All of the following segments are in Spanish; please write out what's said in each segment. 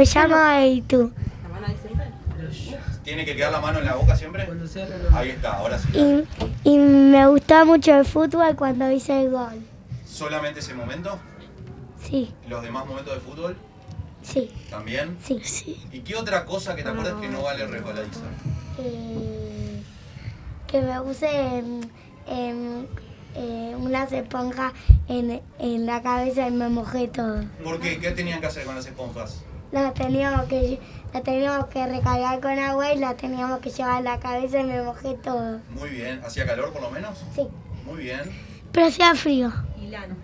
Pijama y tú. ¿Tiene que quedar la mano en la boca siempre? Ahí está, ahora sí. Y, y me gustaba mucho el fútbol cuando hice el gol. ¿Solamente ese momento? Sí, ¿Los demás momentos de fútbol sí, también? sí. sí. ¿Y qué otra cosa que te acuerdas que no vale resbaladiza? Eh, que me puse em, em, eh, unas esponjas en, en la cabeza y me mojé todo. ¿Por qué? ¿Qué tenían que hacer con las esponjas? La teníamos que, lle- la teníamos que recargar con agua y la teníamos que llevar en la cabeza y me mojé todo. Muy bien. ¿Hacía calor por lo menos? Sí. Muy bien. Pero hacía frío. Milano.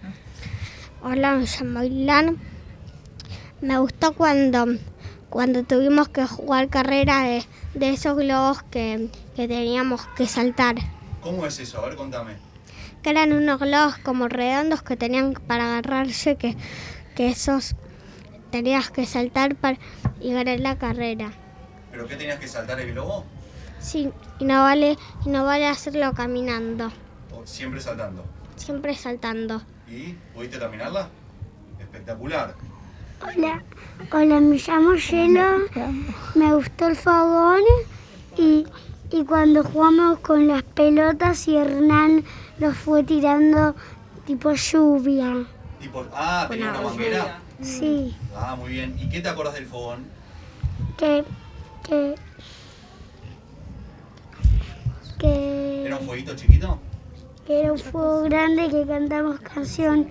Hola, me llamo Ilan. Me gustó cuando, cuando tuvimos que jugar carrera de, de esos globos que, que teníamos que saltar. ¿Cómo es eso? A ver, contame. Que eran unos globos como redondos que tenían para agarrarse, que, que esos tenías que saltar para y ganar la carrera. ¿Pero qué tenías que saltar el globo? Sí, y no vale, y no vale hacerlo caminando, ¿O siempre saltando? siempre saltando. ¿Y pudiste terminarla? Espectacular. Hola, hola, me llamo Yelo, me gustó el fogón y, y cuando jugamos con las pelotas y Hernán los fue tirando tipo lluvia. Y por... Ah, tenía una manguera. Sí, Ah, muy bien. ¿Y qué te acordás del fogón? que, que, ¿Era un que, fueguito chiquito? que era un fuego grande que cantamos canción,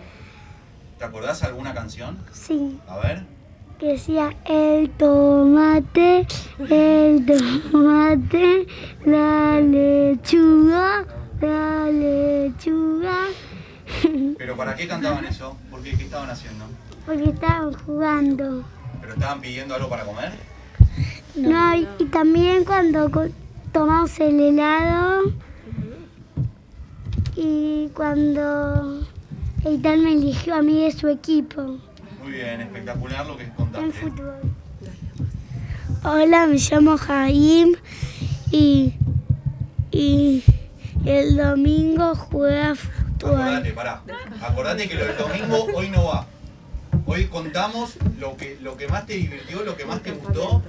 ¿Te acordás alguna canción? sí, A ver. que decía el tomate, el tomate, la lechuga, la lechuga, ¿Pero para qué cantaban eso? ¿Por qué? ¿Qué estaban haciendo? porque estaban jugando. ¿Pero estaban pidiendo algo para comer? No, y, y también cuando co- tomamos el helado y cuando Eitan me eligió a mí de su equipo Muy bien, espectacular lo que en contaste. fútbol. Hola, me llamo Jaim y, y el domingo juega fútbol. Acordate, pará. Acordate que lo del domingo hoy no va. Hoy contamos lo que, lo que más te divirtió, lo que más te gustó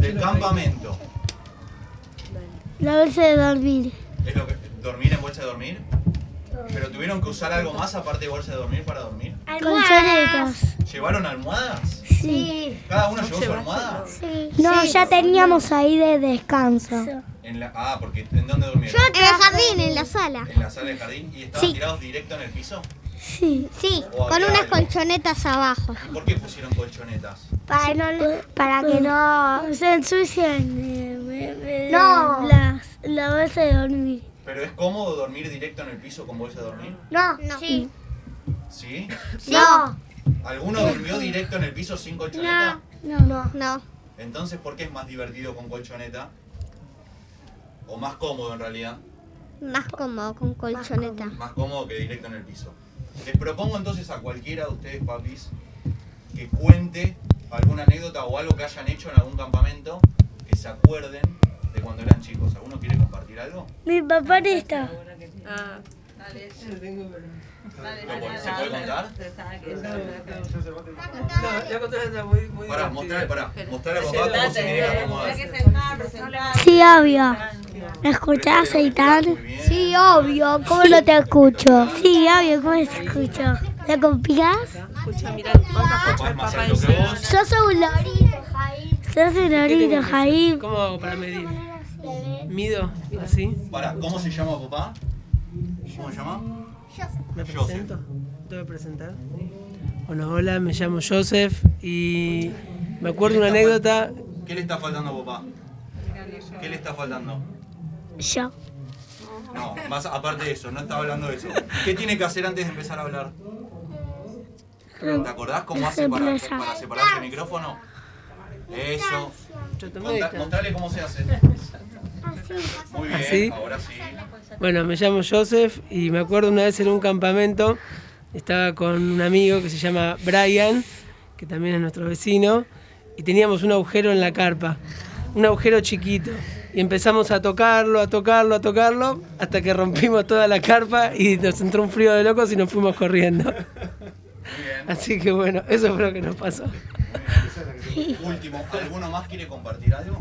del campamento. La vez de dormir. ¿Es lo que dormir en bolsa de dormir? ¿Pero tuvieron que usar algo más aparte de bolsa de dormir para dormir? Con choretas. ¿Llevaron almohadas? Sí. ¿Cada uno llevó su almohada? No, ya teníamos ahí de descanso. En la, ah, porque ¿en dónde durmieron? En el jardín, en la sala. ¿En la sala de jardín? ¿Y estaban tirados directo en el piso? Sí. Sí, O con había unas algo. colchonetas abajo. ¿Y por qué pusieron colchonetas? Para, que no se eh, ensucien. No. La vez de dormir. ¿Pero es cómodo dormir directo en el piso con bolsa de dormir? No. Sí. ¿Sí? No. ¿Alguno durmió directo en el piso sin colchoneta? No. No. No, Entonces, ¿por qué es más divertido con colchoneta? O más cómodo en realidad. más cómodo con colchoneta. Más cómodo que directo en el piso. Les propongo entonces a cualquiera de ustedes, papis, que cuente alguna anécdota o algo que hayan hecho en algún campamento que se acuerden de cuando eran chicos. ¿Alguno quiere compartir algo? Mi papá no está. Ah, dale. Dale, ¿Lo dale, se puede dale. contar? Pará, mostrale, pará. Mostrale a papá cómo se niega a acomodar. Sí, obvio. ¿Me escuchás, Eitan? Muy bien. Sí, obvio. ¿Cómo no te escucho? Sí, obvio. ¿Cómo no te escucho? ¿Me complicás? Escucha, mira, Papá es más alto que vos. Sos un lorito, Jair. Sos un lorito, Jair. ¿Cómo hago para medir? Mido así, Pará, ¿cómo se llama papá? ¿Cómo se llama? me Joseph. presento. ¿Tengo que presentar? Bueno, hola, me llamo Joseph y me acuerdo una anécdota. ¿Qué le está faltando a papá? ¿Qué le está faltando? Yo. No, más aparte de eso, no estaba hablando de eso. ¿Qué tiene que hacer antes de empezar a hablar? ¿Te acordás cómo hace para, para separarse el micrófono? Eso. Yo tomé Contá- distancia. Mostrale cómo se hace. Muy bien, ¿Así? ahora sí. Bueno, me llamo Joseph y me acuerdo una vez en un campamento, estaba con un amigo que se llama Brian, que también es nuestro vecino, y teníamos un agujero en la carpa, un agujero chiquito. Y empezamos a tocarlo, a tocarlo, a tocarlo, hasta que rompimos toda la carpa y nos entró un frío de locos y nos fuimos corriendo. Muy bien. Así que bueno, eso fue lo que nos pasó. Último, ¿alguno más quiere compartir algo?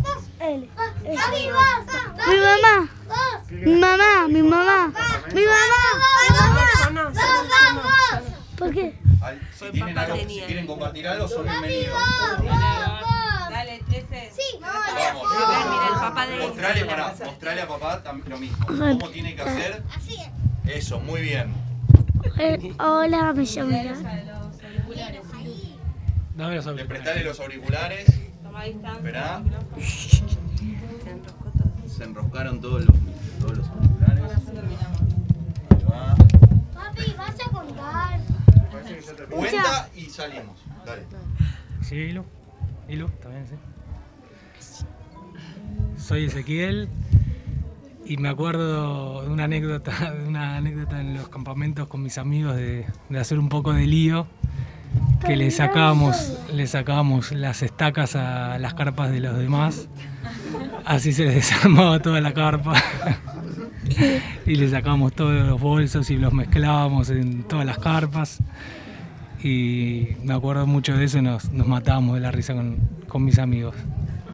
Mi mamá. Mi mamá, mi mamá. Mi mamá. Mi mamá. ¿Por qué? Al- Si tienen algo, si quieren compartir algo, son bienvenidos. Dale, ese. Sí. Vamos. A ver, mira, el papá de Mostrale, Isa. pará, mostrale a papá tam- lo mismo. ¿Cómo tiene que hacer? Eso, muy bien. Eh, hola, me llamo Irán. Dame los Le hombres. prestale los auriculares. Toma distancia. Esperá. Se enroscó todo. Se enroscaron todos los, todos los auriculares. Ahí va. Papi, vas a contar. Cuenta y salimos. Dale. Sí, Hilo. Hilo, también, sí. Soy Ezequiel y me acuerdo de una anécdota, de una anécdota en los campamentos con mis amigos de, de hacer un poco de lío, que le sacábamos, le sacábamos las estacas a las carpas de los demás, así se les desarmaba toda la carpa y le sacábamos todos los bolsos y los mezclábamos en todas las carpas y me acuerdo mucho de eso y nos, nos matábamos de la risa con, con mis amigos.